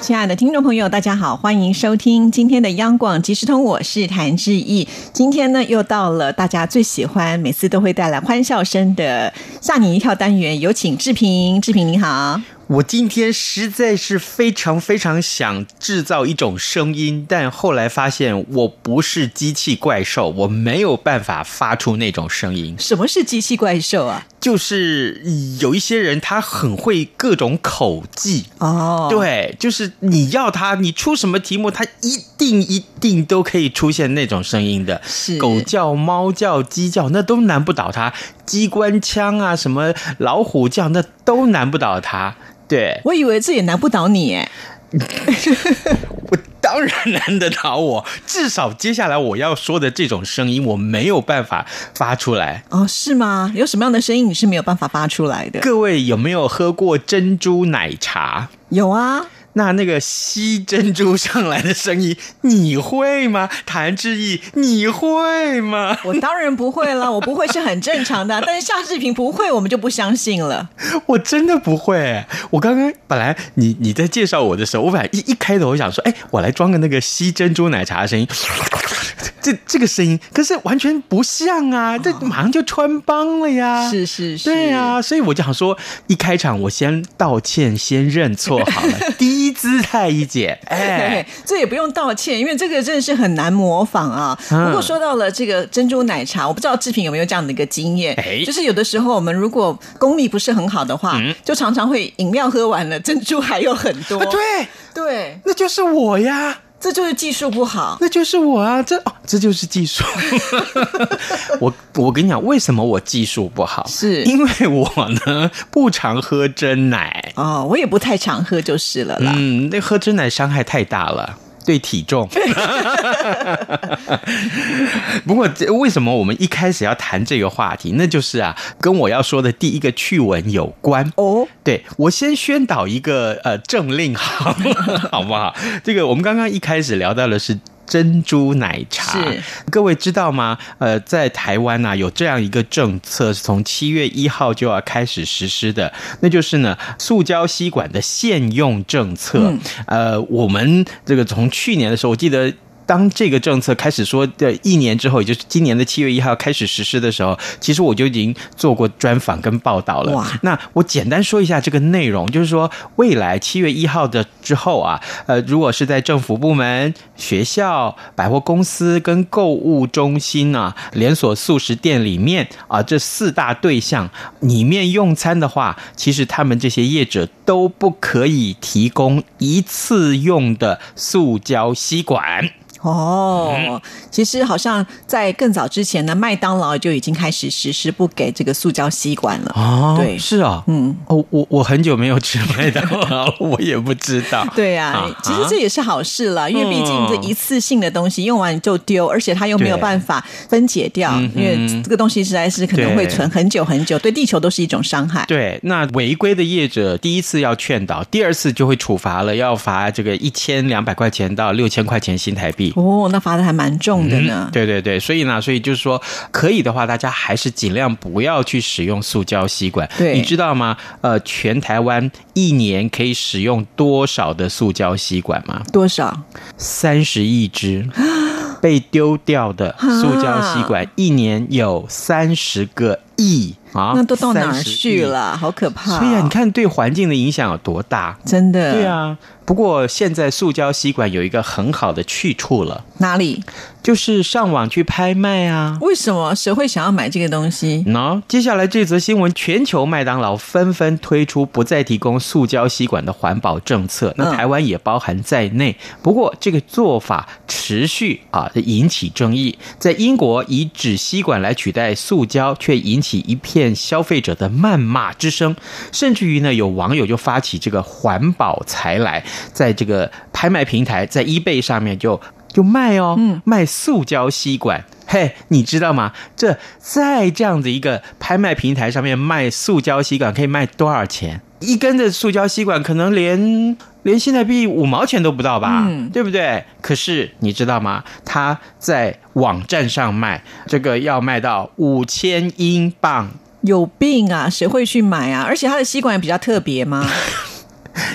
亲爱的听众朋友，大家好，欢迎收听今天的央广即时通，我是谭志毅。今天呢，又到了大家最喜欢、每次都会带来欢笑声的吓你一跳单元，有请志平。志平你好，我今天实在是非常非常想制造一种声音，但后来发现我不是机器怪兽，我没有办法发出那种声音。什么是机器怪兽啊？就是有一些人他很会各种口技，哦，对，就是你要他，你出什么题目，他一定一定都可以出现那种声音的。是狗叫、猫叫、鸡叫，那都难不倒他。机关枪啊，什么老虎叫，那都难不倒他。对，我以为这也难不倒你哎。我当然难得倒我，至少接下来我要说的这种声音，我没有办法发出来。哦，是吗？有什么样的声音你是没有办法发出来的？各位有没有喝过珍珠奶茶？有啊，那那个吸珍珠上来的声音，你会吗？谭志毅，你会吗？我当然不会了，我不会是很正常的。啊但是夏志平不会，我们就不相信 了。我真的不会。我刚刚本来你你在介绍我的时候，我本来一一开头我想说，哎，我来装个那个吸珍珠奶茶的声音，这这个声音，可是完全不像啊，这马上就穿帮了呀。是是是，对啊，所以我就想说，一开场我先道歉，先认错好 了，低姿态一姐，哎对，，这也不用道歉，因为这个真的是很难模仿啊。嗯不过说到了这个珍珠奶茶，我不知道志平有没有这样的一个经验，哎就是有的时候我们如果功力不是很好的话，嗯就常常会饮料喝完了，珍珠还有很多。啊对，对，那就是我呀。这就是技术不好。那就是我啊，这哦，这就是技 术。我我跟你讲，为什么我技术不好？是因为我呢不常喝真奶，哦，我也不太常喝就是了啦。嗯，那喝真奶伤害太大了。对体重，不过这为什么我们一开始要谈这个话题？那就是啊，跟我要说的第一个趣闻有关。哦，对我先宣导一个呃政令好， 好不好？这个我们刚刚一开始聊到的是。珍珠奶茶是，各位知道吗？呃，在台湾呢、有这样一个政策，是从七月一号就要开始实施的，那就是呢，塑胶吸管的限用政策。嗯呃，我们这个从去年的时候，我记得。当这个政策开始说的一年之后，也就是今年的七月一号开始实施的时候，其实我就已经做过专访跟报道了。哇那我简单说一下这个内容，就是说未来七月一号的之后啊，呃，如果是在政府部门、学校、百货公司跟购物中心啊、连锁素食店里面啊这四大对象里面用餐的话，其实他们这些业者都不可以提供一次用的塑胶吸管。嗯哦，其实好像在更早之前呢，麦当劳就已经开始实施不给这个塑胶吸管了。哦对是哦，嗯，哦，我我很久没有吃麦当劳，我也不知道。对呀、啊其实这也是好事啦，因为毕竟这一次性的东西用完就丢，而且它又没有对办法嗯分解掉，因为这个东西实在是可能会存很久很久，对地球都是一种伤害。对，那违规的业者，第一次要劝导，第二次就会处罚了，要罚这个一千两百块钱到六千块钱新台币。哦，那罚的还蛮重的呢嗯。对对对，所以呢，所以就是说，可以的话，大家还是尽量不要去使用塑胶吸管。对你知道吗？呃，全台湾一年可以使用多少的塑胶吸管吗？多少？三十 亿只被丢掉的塑胶吸啊管，一年有三十个亿啊！那都到哪儿30亿去？了？好嗯可怕、所以啊，你，看对环境的影响有多大？真的，对，啊，不过现在塑胶吸管有一个很好的去处了，哪里？就是上网去拍卖啊。为什么谁会想要买这个东西？喏，接下来这则新闻，全球麦当劳纷纷推出不再提供塑胶吸管的环保政策，那嗯台湾也包含在内。不过，这个做法持续啊引起争议。在英国，以纸吸管来取代塑胶，却引起一片消费者的谩骂之声，甚至于呢，有网友就发起这个环保才来，在这个拍卖平台，在 eBay 上面就就卖哦，嗯，卖塑胶吸管。嘿，你知道吗？这在这样子一个拍卖平台上面卖塑胶吸管可以卖多少钱？一根的塑胶吸管可能连连新台币五毛钱都不到吧，嗯对不对？可是你知道吗？他在网站上卖这个要卖到五千英镑，有病啊！谁会去买啊？而且它的吸管比较特别 吗？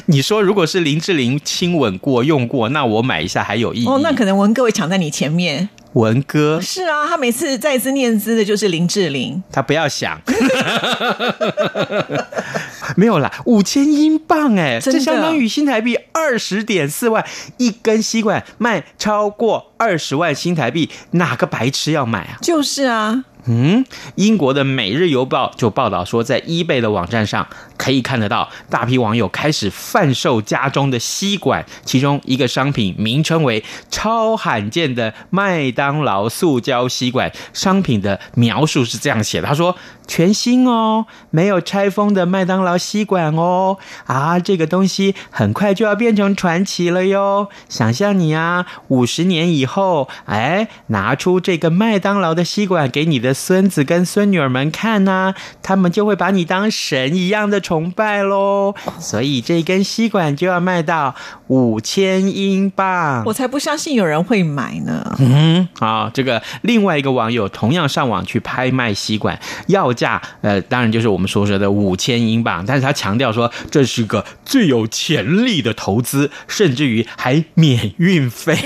你说如果是林志玲亲吻过用过，那我买一下还有意义？哦，那可能文哥会抢在你前面。文哥是啊，他每次再一次念兹的就是林志玲。他不要想， 没有啦，五千英镑哎，真这的相当于新台币二十点四万，一根吸管卖超过二十万新台币，哪个白痴要买啊？就是啊，嗯，英国的《每日邮报》就报道说，在 eBay 的网站上可以看得到，大批网友开始贩售家中的吸管，其中一个商品名称为“超罕见的麦当劳塑胶吸管”。商品的描述是这样写的：他说，全新哦，没有拆封的麦当劳吸管哦，啊，这个东西很快就要变成传奇了哟！想象你啊，五十年以后，哎，拿出这个麦当劳的吸管给你的孙子跟孙女儿们看呐、他们就会把你当神一样的崇拜喽。所以这根吸管就要卖到五千英镑。我才不相信有人会买呢。嗯啊，这个另外一个网友同样上网去拍卖吸管，要价呃，当然就是我们所说的五千英镑，但是他强调说这是个最有潜力的投资，甚至于还免运费。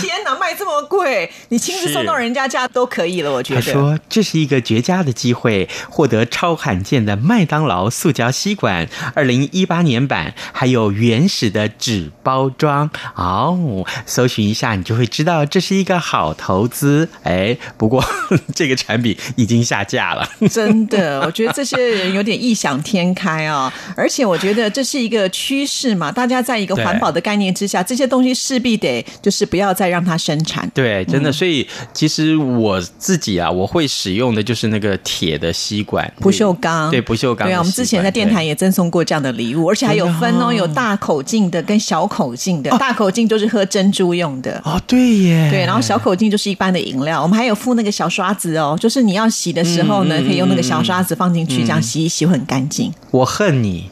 天哪，卖这么贵，你亲自是送到人家家都可以了，我觉他得。说这是一个绝佳的机会，获得超罕见的麦当劳塑胶吸管二零一八年版，还有原始的纸包装哦。搜寻一下，你就会知道这是一个好投资。哎，不过 这个产品已经下架了。 真的，我觉得这些人有点异想天开啊、而且我觉得这是一个趋势嘛，大家在一个环保的概念之下，这些东西势必得就是不要再让它生产。对，真的，所以其实我自己啊，我会使用的就是那个铁的吸管，不锈钢，对不锈钢的吸管。对啊，我们之前在电台也赠送过这样的礼物，而且还有分啊哦，有大口径的跟小口径的，哦大口径就是喝珍珠用的。对哦，对耶，对，然后小口径就是一般的饮料，我们还有附那个小刷子哦，就是你要洗的时候呢，嗯可以用那个小刷子放进去，这样洗一洗会很干净。我恨你。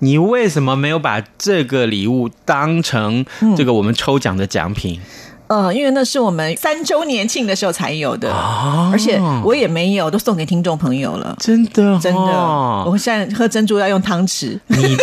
你为什么没有把这个礼物当成嗯这个我们抽奖的奖品？嗯呃，因为那是我们三周年庆的时候才有的，哦而且我也没有，都送给听众朋友了。真的、哦、真的，我现在喝珍珠要用汤匙。你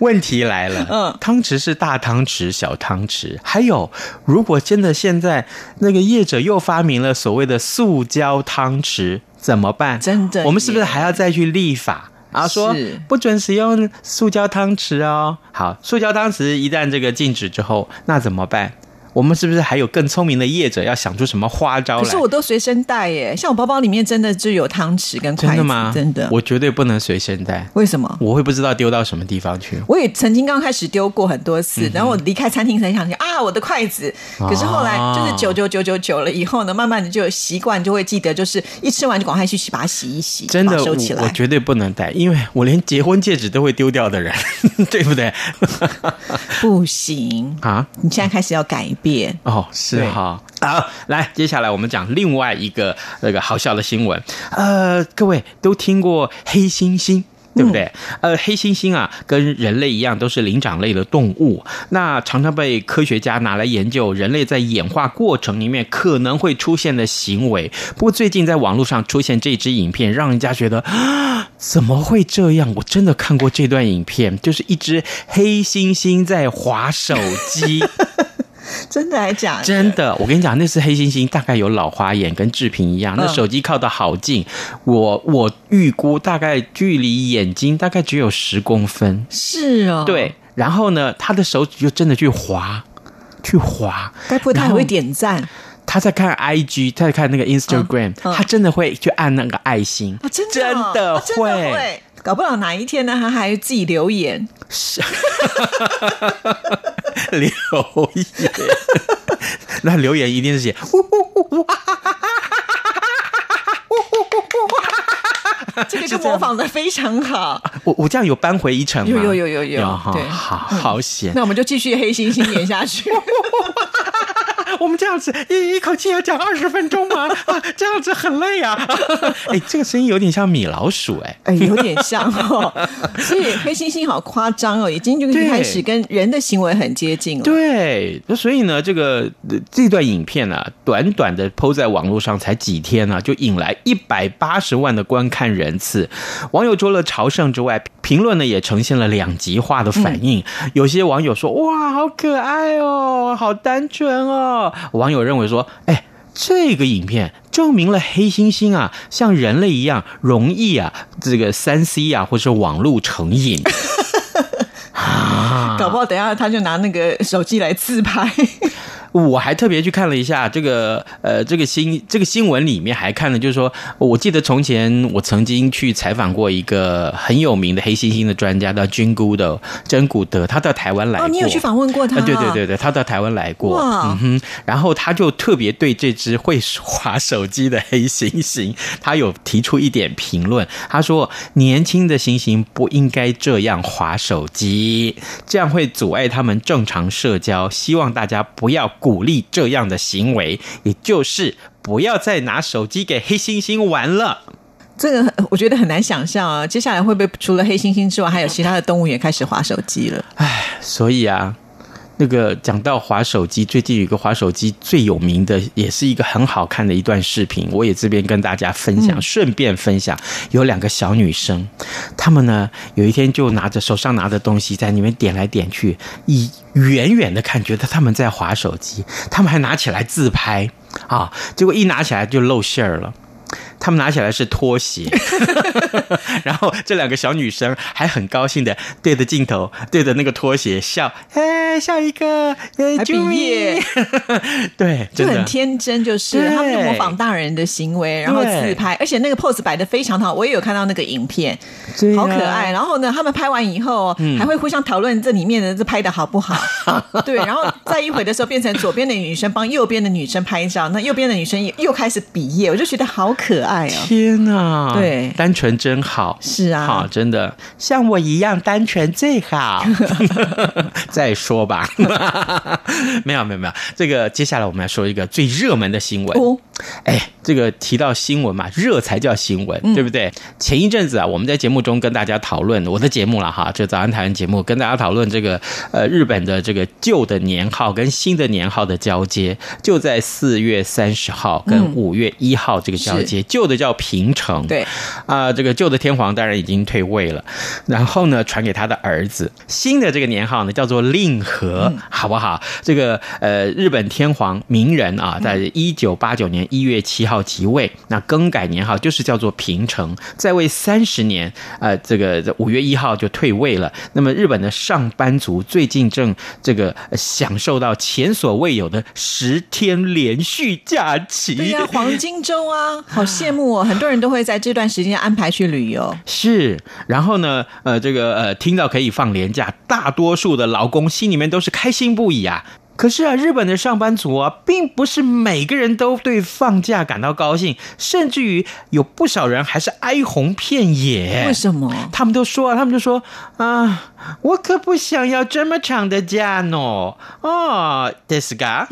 问题来了，嗯汤匙是大汤匙、小汤匙，还有，如果真的现在那个业者又发明了所谓的塑胶汤匙，怎么办？真的我们是不耶是还要再去立法？啊，说是不准使用塑胶汤匙哦。好，塑胶汤匙一旦这个禁止之后，那怎么办？我们是不是还有更聪明的业者要想出什么花招 来？可是我都随身带耶，像我包包里面真的就有汤匙跟筷子，真的吗？真的我绝对不能随身带，为什么？我会不知道丢到什么地方去。我也曾经刚开始丢过很多嗯次，然后我离开餐厅才想起啊，我的筷子。啊可是后来就是久久久久久了以后呢，慢慢的就有习惯，就会记得，就是一吃完就赶快去洗，把它洗一洗，真把的，它我收起我来。绝对不能带，因为我连结婚戒指都会丢掉的人， 对不对？不行，啊，你现在开始要改变。哦，是对哈。好，来，接下来我们讲另外一个那个好笑的新闻。呃，各位都听过黑猩猩。对不对？呃，黑猩猩啊，跟人类一样，都是灵长类的动物。那常常被科学家拿来研究人类在演化过程里面可能会出现的行为。不过最近在网络上出现这支影片，让人家觉得啊，怎么会这样？我真的看过这段影片，就是一只黑猩猩在划手机。 真的还假的？真的，我跟你讲，那次黑猩猩大概有老花眼，跟志平一样，那嗯手机靠得好近，我我预估大概距离眼睛大概只有十公分，是哦，，对。然后呢，他的手指就真的去滑，去滑。该不会他还会点赞他在看 IG，他在看那个 Instagram，、嗯他真的会去按那个 爱心，啊？真的真哦的啊真的会。搞不好哪一天呢，他还自己留 言，留言， 那留言一定是写呜呜呜，这个就模仿的非常 好。我我这样有扳回一城吗？有有有有有有哈对嗯好好险那我们就继续黑猩猩演下去。我们这样子一一口气要讲二十分钟吗？啊，这样子很累啊！ 哎，这个声音有点像米老鼠哎、哎，有点像哦， 所以黑猩猩好夸张哦，已经就对开始跟人的行为很接近了。对，那所以呢，这个呃这段影片啊，短短的抛在网络上才几天呢、就引来一百八十万的观看人次。网友除了朝圣之外，评论呢也呈现了两极化的反应。有些网友说：“哇，好可爱哦，好单纯哦。”网友认为说：“哎。”这个影片证明了黑猩猩啊，像人类一样容易啊，这个三 C 啊，或是网络成瘾啊。搞不好等一下他就拿那个手机来自拍，我还特别去看了一下这个呃这个新这个新闻里面还看了，就是说我记得从前我曾经去采访过一个很有名的黑猩猩的专家，叫金姑的真古德，他到台湾来过。哦，你有去访问过他？呃对对对对，他到台湾来过，哇嗯哼，然后他就特别对这只会滑手机的黑猩猩， 他有提出一点评论，他说年轻的猩猩不应该这样滑手机，这样会阻碍他们正常社交，希望大家不要鼓励这样的行为，也就是不要再拿手机给黑猩猩玩了。这个很我觉得很难想象啊，接下来会不会除了黑猩猩之外，还有其他的动物也开始划手机了？所以啊，那个讲到滑手机，最近有一个滑手机最有名的，也是一个很好看的一段视频，我也这边跟大家分享，顺便分享，有两个小女生，她们呢有一天就拿着手上拿着东西在里面点来点去，以远远的看觉得她们在滑手机，她们还拿起来自拍啊，结果一拿起来就露馅儿了。她们拿起来是 拖鞋，然后这两个小女生还很高兴的对着镜头，对着那个拖鞋笑，哎，笑一个，哎，还比啾咪耶，对，就真的很天真，就是对他们就模仿大人的行为，然后对自拍，而且那个 pose 摆的非常好，我也有看到那个影片，对嗯啊好可爱。然后呢，他们拍完以后、还会互相讨论这里面的这拍的好不 好，对。然后再一会的时候，变成左边的女生帮右边的女生拍照，那右边的女生也又开始比耶，我就觉得好可爱哦。天呐，对单纯真好，是啊好，真的像我一样单纯 最好。再说吧， 没有没有没有，这个接下来我们要说一个最热门的新闻哦，哎，这个提到新闻嘛，热才叫新闻，对不对？前一阵子啊，我们在节目中跟大家讨论我的节目了哈，这早安台湾节目跟大家讨论这个呃日本的这个旧的年号跟新的年号的交接，就在四月三十号跟五月一号这个交接，旧的叫平成，对，啊、这个旧的天皇当然已经退位了，然后呢传给他的儿子，新的这个年号呢叫做令和，嗯好不好？这个呃日本天皇明仁啊，在嗯一九八九年一月七号即位，那更改年号就是叫做平成，在位三十年，呃，这个五月一号就退位了。那么日本的上班族最近正这个呃享受到前所未有的十天连续假期，对呀、黄金周啊，好羡慕哦！很多人都会在这段时间安排去旅游。是，然后呢，呃，这个呃，听到可以放年假，大多数的劳工心里面都是开心不已啊。可是啊，日本的上班族啊，并不是每个人都对放假感到高兴，甚至于有不少人还是哀鸿遍野。为什么？他们都说啊，他们就说啊，我可不想要这么长的假呢。哦，这是嘎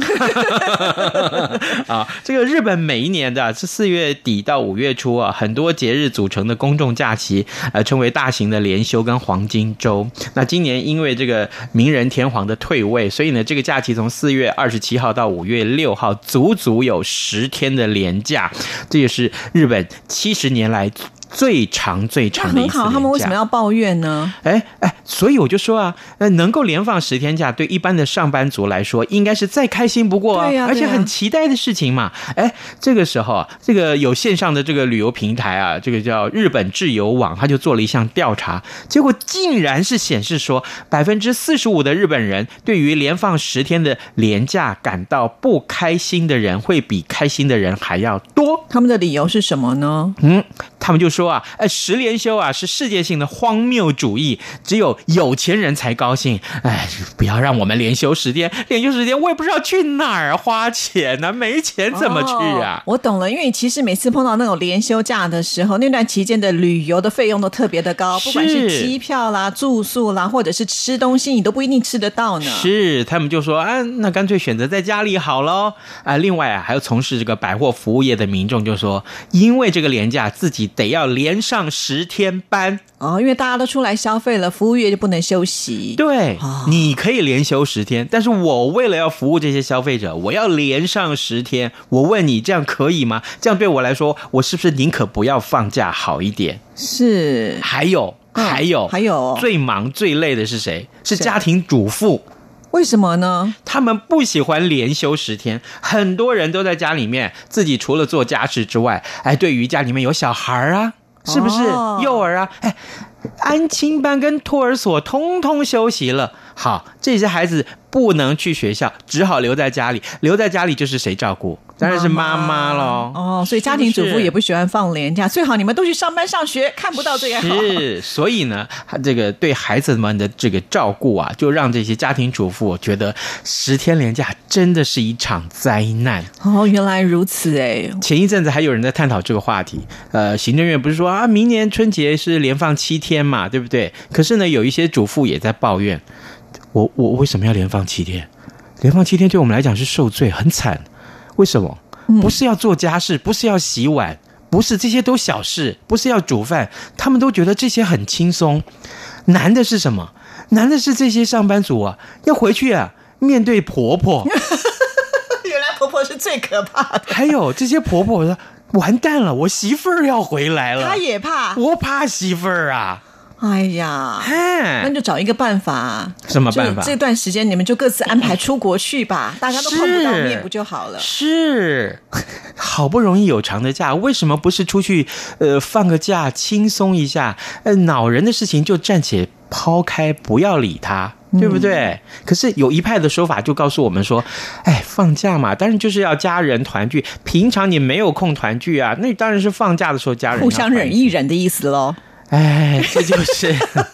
啊，这个日本每一年的啊是四月底到五月初啊，很多节日组成的公众假期，呃，称为大型的连休跟黄金周。那今年因为这个明仁天皇的退位，所以呢，这个假期从四月二十七号到五月六号，足足有十天的连假，这也是日本七十年来。最长最那长的一很次连假，好，他们为什么要抱怨呢？哎哎，所以我就说啊，呃，能够连放十天假，对一般的上班族来说，应该是再开心不过、啊，对呀而且对呀很期待的事情嘛。哎，这个时候啊，这个有线上的这个旅游平台啊，这个叫日本自由网，它就做了一项调查，结果竟然是显示说，百分之四十五的日本人对于连放十天的连假感到不开心的人，会比开心的人还要多。他们的理由是什么呢？嗯，他们就说啊，呃，十连休啊是世界性的荒谬主义，只有有钱人才高兴。哎，不要让我们连休十天，连休十天我也不知道去哪儿花钱呢、没钱 怎么去啊？哦我懂了，因为其实每次碰到那种连休假的时候，那段期间的旅游的费用都特别的高，是不管是机票啦、住宿啦，或者是吃东西，你都不一定吃得到呢。是，他们就说啊，那干脆选择在家里好喽。啊，另外啊，还有从事这个百货服务业的民众就说，因为这个廉价，自己得要连上十天班。哦，因为大家都出来消费了，服务业就不能休息。对，啊你可以连休十天，但是我为了要服务这些消费者，我要连上十天。我问你，这样可以吗？这样对我来说，我是不是宁可不要放假好一点？是，还有，嗯还有，还有哦最忙最累的是谁？是谁家庭主妇。为什么呢？他们不喜欢连休十天，很多人都在家里面自己除了做家事之外，哎，对于家里面有小孩儿啊，是不是、哦幼儿啊，哎，安亲班跟托儿所通通休息了。好，这些孩子不能去学校，只好留在家里。留在家里就是谁照顾？当然是妈妈喽。哦，所以家庭主妇也不喜欢放年假，最好你们都去上班上学，看不到最好。是，所以呢，这个对孩子们的这个照顾啊，就让这些家庭主妇觉得十天连假真的是一场灾难。 哦，原来如此哎，前一阵子还有人在探讨这个话题，呃，行政院不是说啊，明年春节是连放七天嘛，对不对？可是呢，有一些主妇也在抱怨，我我为什么要连放七天？连放七天对我们来讲是受罪，很惨。为什么？不是要做家事，不是要洗碗，不是这些都小事，不是要煮饭，他们都觉得这些很轻松。难的是什么？难的是这些上班族啊，要回去啊，面对婆婆。 原来婆婆是最可怕 的，还有这些婆婆说：“完蛋了，我媳妇儿要回来了。她”也怕。我怕媳妇儿啊！哎呀，那嗯哎，就找一个办法，啊什么办法就这段时间你们就各自安排出国去吧，大家都碰不到面不就好了？是，好不容易有长的假，为什么不是出去呃放个假轻松一下？呃，恼人的事情就暂且抛开，不要理他。嗯对不对？可是有一派的说法就告诉我们说，哎，放假嘛，当然就是要家人团聚。平常你没有空团聚啊，那当然是放假的时候家人要互相团忍聚一忍的意思喽。哎，这就是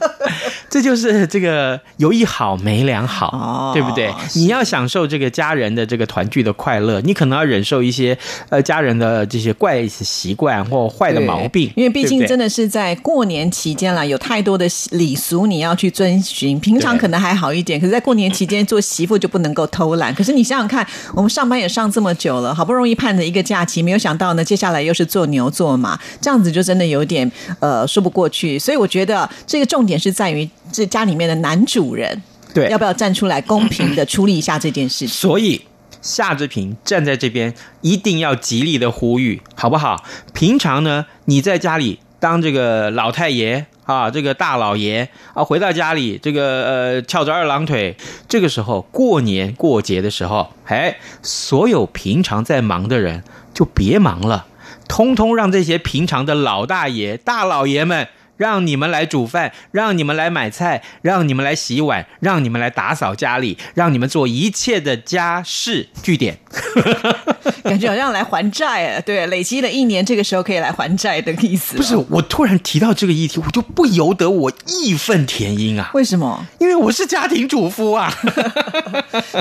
这就是这个有一好没两好，哦对不对？是你要享受这个家人的这个团聚的快乐，你可能要忍受一些呃家人的这些怪习惯或坏的毛病，因为毕竟对不对真的是在过年期间啦，有太多的礼俗你要去遵循。平常对可能还好一点，可是，在过年期间做媳妇就不能够偷懒。可是你想想看，我们上班也上这么久了，好不容易盼着一个假期，没有想到呢，接下来又是做牛做马，这样子就真的有点呃说不过去。所以我觉得这个重点是在于这家里面的男主人。对要不要站出来公平的处理一下这件 事情？所以夏志平站在这边，一定要极力的呼吁，好不好？平常呢，你在家里当这个老太爷啊，这个大老爷啊，回到家里这个呃翘着二郎腿，这个时候过年过节的时候，哎，所有平常在忙的人就别忙了，通通让这些平常的老大爷、大老爷们。让你们来煮饭，让你们来买菜，让你们来洗碗，让你们来打扫家里，让你们做一切的家事。据点，感觉好像来还债了，对，累积了一年，这个时候可以来还债的意思。不是，我突然提到这个议题，我就不由得我义愤填膺啊，为什么？因为我是家庭主妇啊。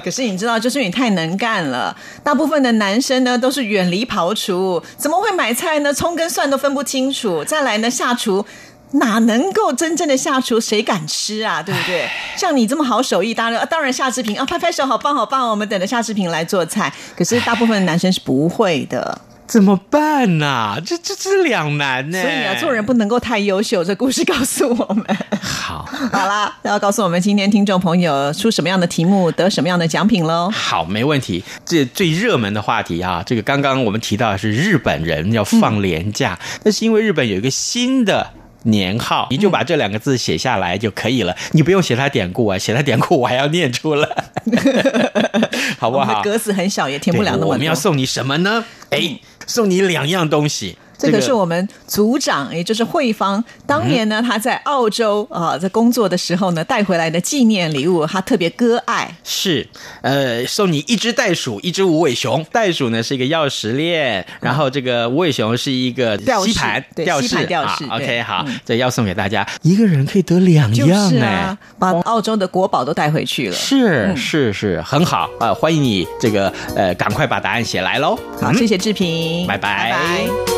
可是你知道，就是你太能干了。大部分的男生呢，都是远离庖厨，怎么会买菜呢？葱跟蒜都分不清楚。再来呢，下厨哪能够真正的下厨？谁敢吃啊？对不对？像你这么好手艺，当然、啊当然夏志平啊，拍拍手，好棒好棒！我们等着夏志平来做菜。可是大部分的男生是不会的， 怎么办呐、这这这两难呢、所以啊，做人不能够太优秀。这故事告诉我们。 好好啦，要告诉我们今天听众朋友出什么样的题目，得什么样的奖品喽。好，没问题。这最热门的话题啊，这个刚刚我们提到的是日本人要放年假，嗯那、是因为日本有一个新的。年号，你就把这两个字写下来就可以了，你不用写它典故啊，写它典故我还要念 出来， 好不我们好的？格子很小，也填不了那对么多。嗯哎我们要送你什么呢？哎，送你两样东西。这个是我们组长，也就是慧芳，当年呢他在澳洲啊、在工作的时候呢带回来的纪念礼物，他特别割爱。是，呃，送你一只袋鼠，一只无尾熊。袋鼠呢是一个钥匙链，然后这个无尾熊是一个吊饰吸盘对吊吸盘饰吊啊饰对 OK，好嗯，这要送给大家，一个人可以得两就样是哎啊。，把澳洲的国宝都带回去了。是嗯是是，很好啊、呃！欢迎你这个呃，赶快把答案写来喽。好，谢谢志平，拜拜拜拜